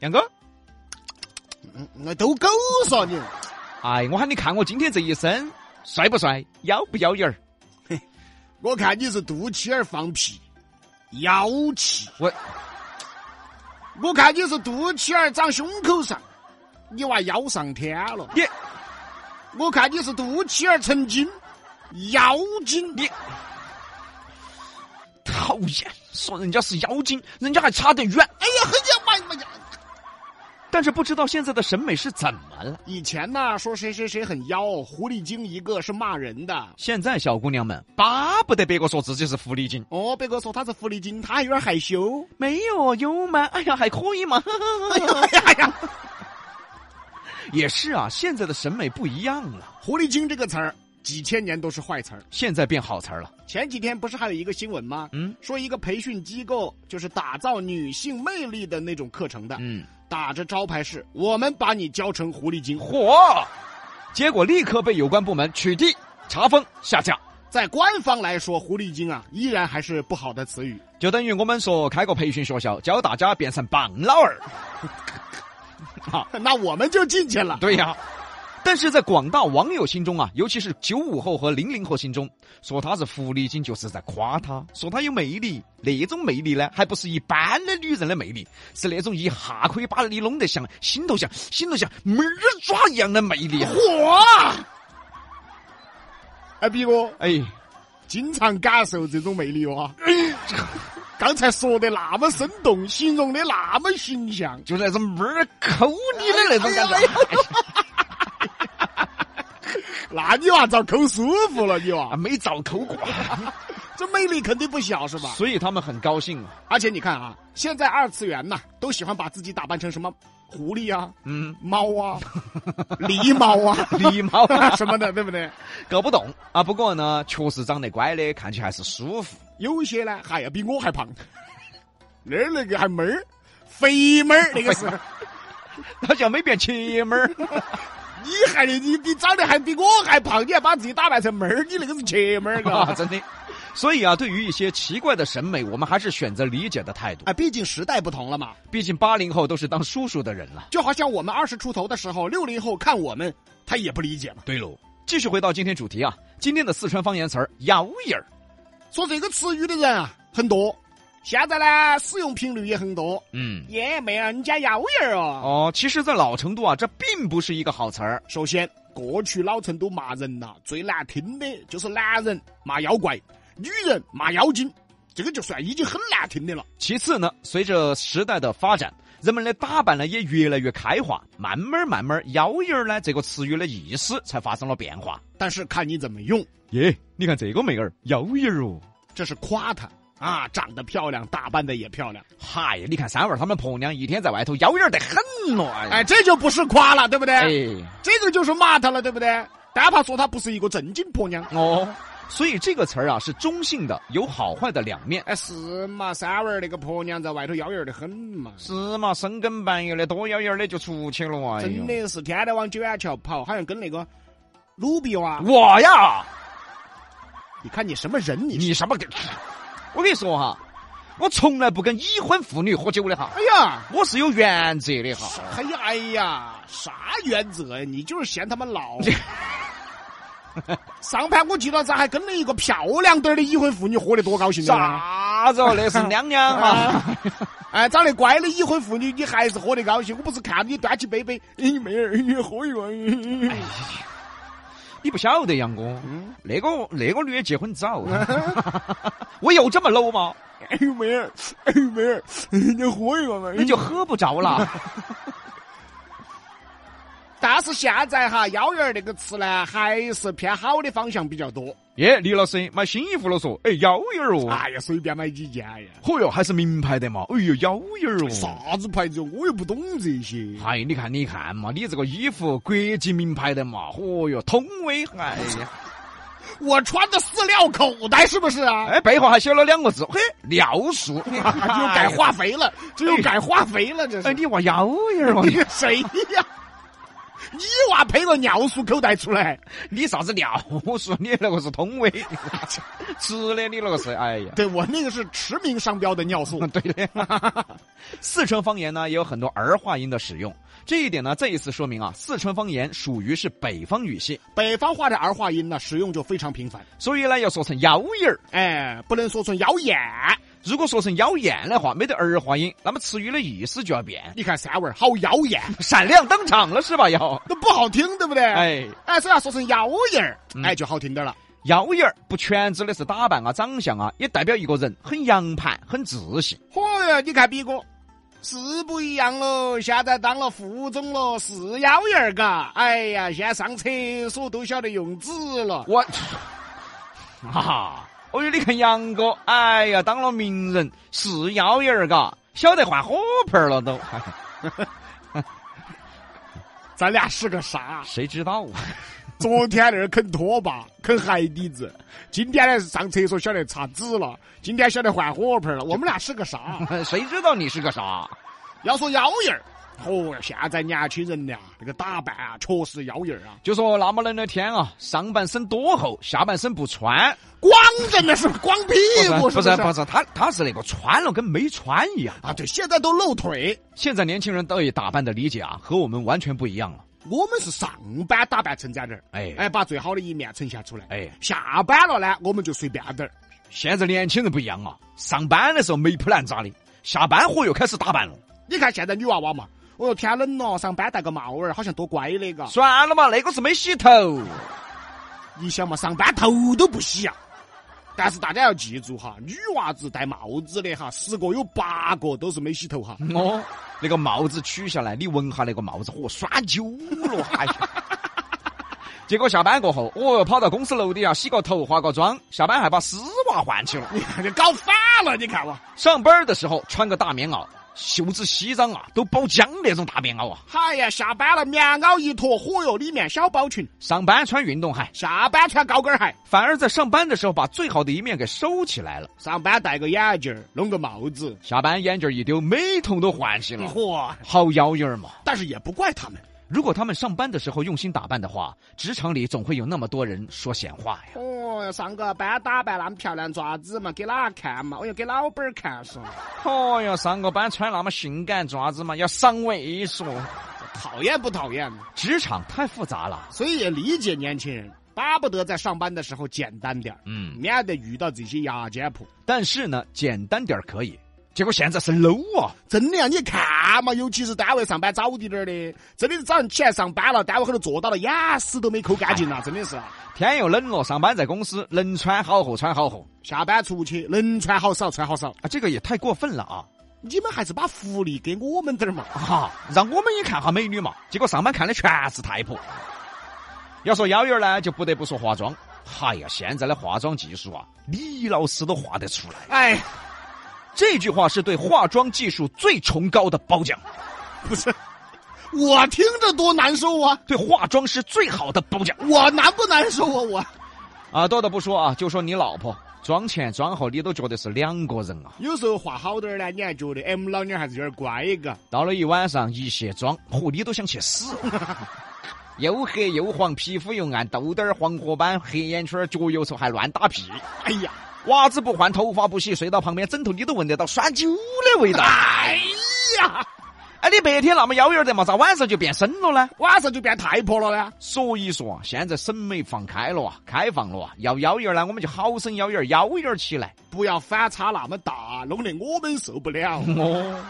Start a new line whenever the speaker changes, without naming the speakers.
杨哥，
嗯那都狗嗦你！
哎，我喊你看我今天这一身帅不帅，妖不妖眼儿？
我看你是肚脐儿放屁，妖气！
我
我看你是肚脐儿长胸口上，你娃腰上天了。
你
我看你是肚脐儿成精，妖精！
你讨厌，说人家是妖精，人家还差得远。
哎呀，哎呀妈呀！
但是不知道现在的审美是怎么了。
以前呢，说谁谁谁很妖，狐狸精一个是骂人的。
现在小姑娘们巴不得别个说自己是狐狸精，
哦，别个说她是狐狸精，她还有点害羞。
没有有吗？哎呀，还可以嘛。
哎呀哎呀！
也是啊，现在的审美不一样了，
狐狸精这个词儿几千年都是坏词儿。
现在变好词儿了。
前几天不是还有一个新闻吗？
嗯
说一个培训机构就是打造女性魅力的那种课程的，
嗯，
打着招牌是我们把你教成狐狸精，
火，结果立刻被有关部门取缔、查封、下架。
在官方来说，狐狸精啊依然还是不好的词语。
就等于我们说开个培训学校，教大家变成棒老 儿。
那我们就进去了。
对呀、但是在广大网友心中啊，尤其是九五后和零零后心中，说她是狐狸精就是在夸她，说她有魅力，那种魅力呢，还不是一般的女人的魅力，是那种一下可以把你弄得像心头像心头像猫儿爪一样的魅力啊。
火！哎，毕哥，
哎，
经常感受这种魅力哇、 哦！刚才说的那么生动，形容的那么形象，
就那种猫儿抠你的那种感觉。
那你娃遭抠舒服了，你
啊，
娃，
没遭抠 过，
这魅力肯定不小是吧？
所以他们很高兴 啊。
而且你看啊，现在二次元呐、都喜欢把自己打扮成什么狐狸啊、
嗯，
猫啊、狸猫啊
狸猫、
什么的，对不对？
搞不懂啊。不过呢，确实长得乖的，看起来还是舒服。
有些呢，还要比我还胖，那儿那个还妹儿，肥妹儿 那
哎
个是，
好像没变切妹儿，
你还得哎你比长得还比我还胖，你还把自己打扮成妹儿，你那个是切妹儿
啊，
嘎。
真的。所以啊，对于一些奇怪的审美，我们还是选择理解的态度。
哎，毕竟时代不同了嘛，
毕竟八零后都是当叔叔的人了。
就好像我们二十出头的时候，六零后看我们，他也不理解嘛。
对喽，继续回到今天主题啊，今天的四川方言词儿“妖眼儿
说这个词语的人啊很多，现在呢使用频率也很多。”。
嗯，
耶，妹儿，你家妖艳儿哦。
哦，其实，在老成都啊，这并不是一个好词儿。
首先，过去老成都骂人呐、最难听的就是男人骂妖怪，女人骂妖精，这个就算已经很难听的了。
其次呢，随着时代的发展，人们的打扮呢也越来越开化，慢慢儿慢慢儿，妖艳儿呢这个词语的意思才发生了变化。
但是看你怎么用，
耶，你看这个妹儿，妖艳儿哦。
这是夸她啊，长得漂亮，打扮的也漂亮，
嗨，你看三娃儿他们婆娘一天在外头妖艳儿得很咯，哎
哎，这就不是夸了，对不对？
哎
这个就是骂她了，对不对？哪怕说她不是一个正经婆娘，
哦，所以这个词儿啊是中性的，有好坏的两面。
哎，是嘛？三娃儿那个婆娘在外头妖艳的很嘛。
是嘛？深更半夜的，多妖艳儿的就出去了啊！哎呦
真，的是天天往九眼桥跑，好像跟那个鲁比娃。
我呀，
你看你什么人你是？
你什么跟？我跟你说哈，我从来不跟已婚妇女喝酒的哈，
哎呀，
我是有原则的哈。
哎呀，哎呀，啥原则呀？你就是嫌他们老。上盘我记得咱还跟了一个漂亮点儿的已婚妇女喝得多高兴的呢。
啥子哦？那是娘娘 嘛？
哎，长得乖的已婚妇女，你还是喝得高兴。我不是看你端起杯杯，哎你妹儿，你喝一个。
你不晓得杨哥，
嗯
那个那个女的结婚早，啊 我有这么 low 吗？
哎呦妹儿，哎呦妹儿，你喝一个嘛。
那就喝不着 了。
但是现在哈，妖艳儿这个词呢，还是偏好的方向比较多。
耶，李老师买新衣服了说，哎，妖艳儿哦。
哎呀，随便买几件哎呀，
嚯哟，还是名牌的嘛！哎呦，妖艳儿哦！
啥子牌子我又不懂这些。
哎，你看，你看嘛，你这个衣服国际名牌的嘛，嚯哟，通威！哎呀，
我穿的饲料口袋是不是啊？
哎，背后还写了两个字，嘿，廖数。
只有改化肥了，只有改化肥了，这是。
哎，你娃妖艳儿嘛！
你谁呀？你娃配个尿素口袋出来，
你啥子廖数？你那个是通威， 吃的你那个是，哎呀，
对我那个是驰名商标的尿素。
对的。四川方言呢也有很多儿化音的使用，这一点呢再一次说明啊，四川方言属于是北方语系，
北方话的儿化音呢，使用就非常频繁。
所以呢要说成妖艳儿。
哎，不能说成妖艳。
如果说成妖艳的话，没得儿化音，那么词语的意思就要变，
你看三娃儿好妖艳，
闪亮登场了是吧？要，
那不好听，对不对？哎，
哎，
只要说成妖艳儿，
嗯
哎，就好听点儿了。
妖艳儿不全指的是打扮啊、长相啊，也代表一个人很洋盘、很自信。
嚯哟，你看比哥。是不一样喽，现在当了副总了，是妖艳儿嘎。哎呀，现在上厕所都晓得用纸了。
我，哈哈，啊我觉得你看杨哥，哎呀，当了名人是妖艳儿嘎，晓得换火盆儿了都， 哎呀
咱俩是个啥？
谁知道啊？
昨天那儿啃拖把，啃海底子，今天呢上厕所晓得擦纸了，今天晓得换火盆了。我们俩是个啥？
谁知道你是个啥？
要说妖艳儿，嚯、现在年轻人呀，那个打扮啊，确实妖艳儿啊。
就说那么冷的天啊，上半身多厚，下半身不穿，
光着那是光屁股，
不
是
是
不
是不是，他他是那个穿了跟没穿一样。
啊，对，现在都露腿。
现在年轻人对打扮的理解啊，和我们完全不一样啊了。
我们是上班打扮成这样点儿，
哎
哎，把最好的一面呈现出来。
哎，
下班了呢，我们就随便点儿。
现在年轻人不一样啊，上班的时候没铺烂咋的，下班后又开始打扮了。
你看现在女娃娃嘛，哦哟，天冷了，上班戴个帽儿，好像多乖的嘎。
算了嘛，那个是没洗头。
你想嘛，上班头都不洗啊。但是大家要记住哈，女娃子戴帽子的哈，十个有八个都是没洗头哈。
哦，那个帽子取下来，你闻下那个帽子，嚯、耍久了， 哎呀。结果下班过后，哦哟，跑到公司楼底下洗个头、化个妆，下班还把丝袜换起了。
你看这搞反了，你看哇，
上班的时候啊穿个大棉袄，袖子西装啊都包浆那种大棉袄啊。
嗨呀，下班了棉袄一脱，嚯哟，里面小包裙，
上班穿运动鞋，
下班穿高跟鞋，
反而在上班的时候把最好的一面给收起来了。
上班戴个眼镜儿，弄个帽子，
下班眼镜一丢，美瞳都换起了，
嚯！
好妖艳儿嘛！
但是也不怪他们。
如果他们上班的时候用心打扮的话，职场里总会有那么多人说闲话呀。
哦，上个班打扮那么漂亮，爪子嘛？给哪看嘛？我要给老板儿看说。
哦哟，上个班穿那么性感，做啥子嘛？要上位说。
讨厌不讨厌嘛？
职场太复杂了，
所以也理解年轻人，巴不得在上班的时候简单点儿，
嗯，
免得遇到这些牙尖婆。
但是呢，简单点儿可以。结果现在是 low 啊，
真的呀，你看嘛，尤其是单位上班早滴点儿的，真的是早上起来上班了，单位后头坐到了，眼屎都没抠干净了，
哎
真的是。
天又冷了，上班在公司能穿好货穿好货
下班出去能穿好少穿好少，
啊，这个也太过分了啊！
你们还是把福利给我们点儿嘛。
哈、让我们也看下美女嘛。结果上班看的全是太婆。要说妖艳儿呢，就不得不说化妆。哎呀，现在的化妆技术啊，李老师都画得出来。
哎，
这句话是对化妆技术最崇高的褒奖，
不是，我听着多难受啊！
对化妆师最好的褒奖
我难不难受啊？我
啊！多的不说啊，就说你老婆妆前妆后，你都觉得是两个人啊。
有时候画好点儿呢，你还觉得哎，我们老娘还是有点乖一个。
到了一晚上一卸妆，嚯，你都想去死。 又黑又黄，皮肤又暗，痘痘儿、黄褐斑、黑眼圈儿、脚油臭，还乱打屁。
哎呀，
袜子不换，头发不洗，睡到旁边枕头你都闻得到耍酒的味道。
哎呀，
哎，你白天那么妖艳儿的嘛，咋晚上就变深了呢？
晚上就变太婆了呢。
所以说啊，现在审美放开了啊，开放了啊，要妖艳儿呢，我们就好生妖艳儿，妖艳儿起来。
不要反差那么大，弄得我们受不了。
哦，